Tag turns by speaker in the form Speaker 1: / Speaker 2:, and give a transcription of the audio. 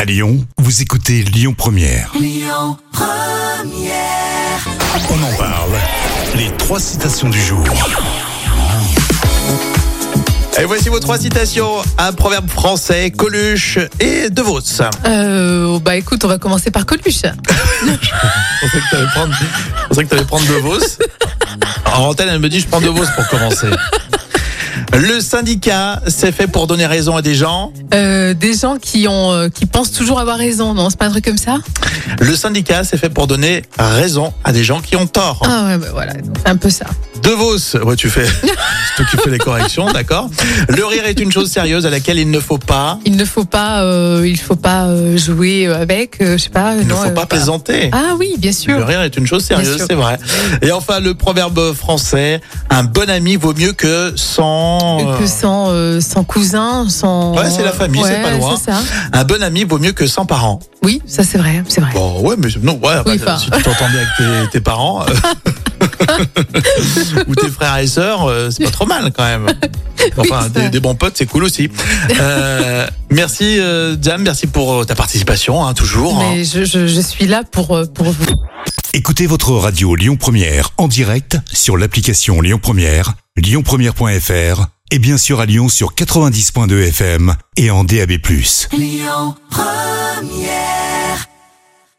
Speaker 1: À Lyon, vous écoutez Lyon Première. On en parle. Les trois citations du jour.
Speaker 2: Et voici vos trois citations. Un proverbe français, Coluche et De Vos.
Speaker 3: Euh, bah écoute, on va commencer par Coluche.
Speaker 2: On sait que t'allais prendre, on sait que t'allais prendre De Vos. En antenne, elle me dit, je prends De Vos pour commencer. Le syndicat, c'est fait pour donner raison à des gens.
Speaker 3: Euh, des gens qui ont, euh, qui pensent toujours avoir raison, non C'est pas un truc comme ça
Speaker 2: Le syndicat, c'est fait pour donner raison à des gens qui ont tort.
Speaker 3: Ah ouais, bah voilà, donc c'est un peu ça.
Speaker 2: De Vos, ouais, tu fais, c'est toi qui fais les corrections, d'accord. Le rire est une chose sérieuse à laquelle il ne faut pas,
Speaker 3: Il ne faut pas, euh, il faut pas euh, jouer avec, euh, je sais pas.
Speaker 2: il ne faut
Speaker 3: euh,
Speaker 2: pas plaisanter.
Speaker 3: Ah oui, bien
Speaker 2: Le
Speaker 3: sûr.
Speaker 2: rire est une chose
Speaker 3: Bien
Speaker 2: sérieuse,
Speaker 3: sûr.
Speaker 2: c'est vrai. Et enfin, le proverbe français, un bon ami vaut mieux que sans...
Speaker 3: Que sans, euh, sans cousin, sans.
Speaker 2: Ouais, c'est la famille, c'est
Speaker 3: Ouais,
Speaker 2: pas loin.
Speaker 3: c'est ça.
Speaker 2: Un bon ami vaut mieux que sans parents.
Speaker 3: Oui, ça c'est vrai, c'est vrai.
Speaker 2: Bon, ouais, mais non, ouais, bah,
Speaker 3: enfin.
Speaker 2: si tu t'entends bien avec tes, tes parents euh, ou tes frères et sœurs, euh, c'est pas trop mal quand même.
Speaker 3: Oui,
Speaker 2: Enfin,
Speaker 3: c'est
Speaker 2: des,
Speaker 3: vrai.
Speaker 2: des bons potes, c'est cool aussi. Euh, merci, euh, Jam, merci pour euh, ta participation, hein, toujours. hein.
Speaker 3: Mais je, je, je suis là pour, euh, pour vous.
Speaker 1: Écoutez votre radio Lyon Première en direct sur l'application Lyon Première, lyonpremière.fr et bien sûr à Lyon sur 90.2 FM et en DAB+.
Speaker 4: Lyon Première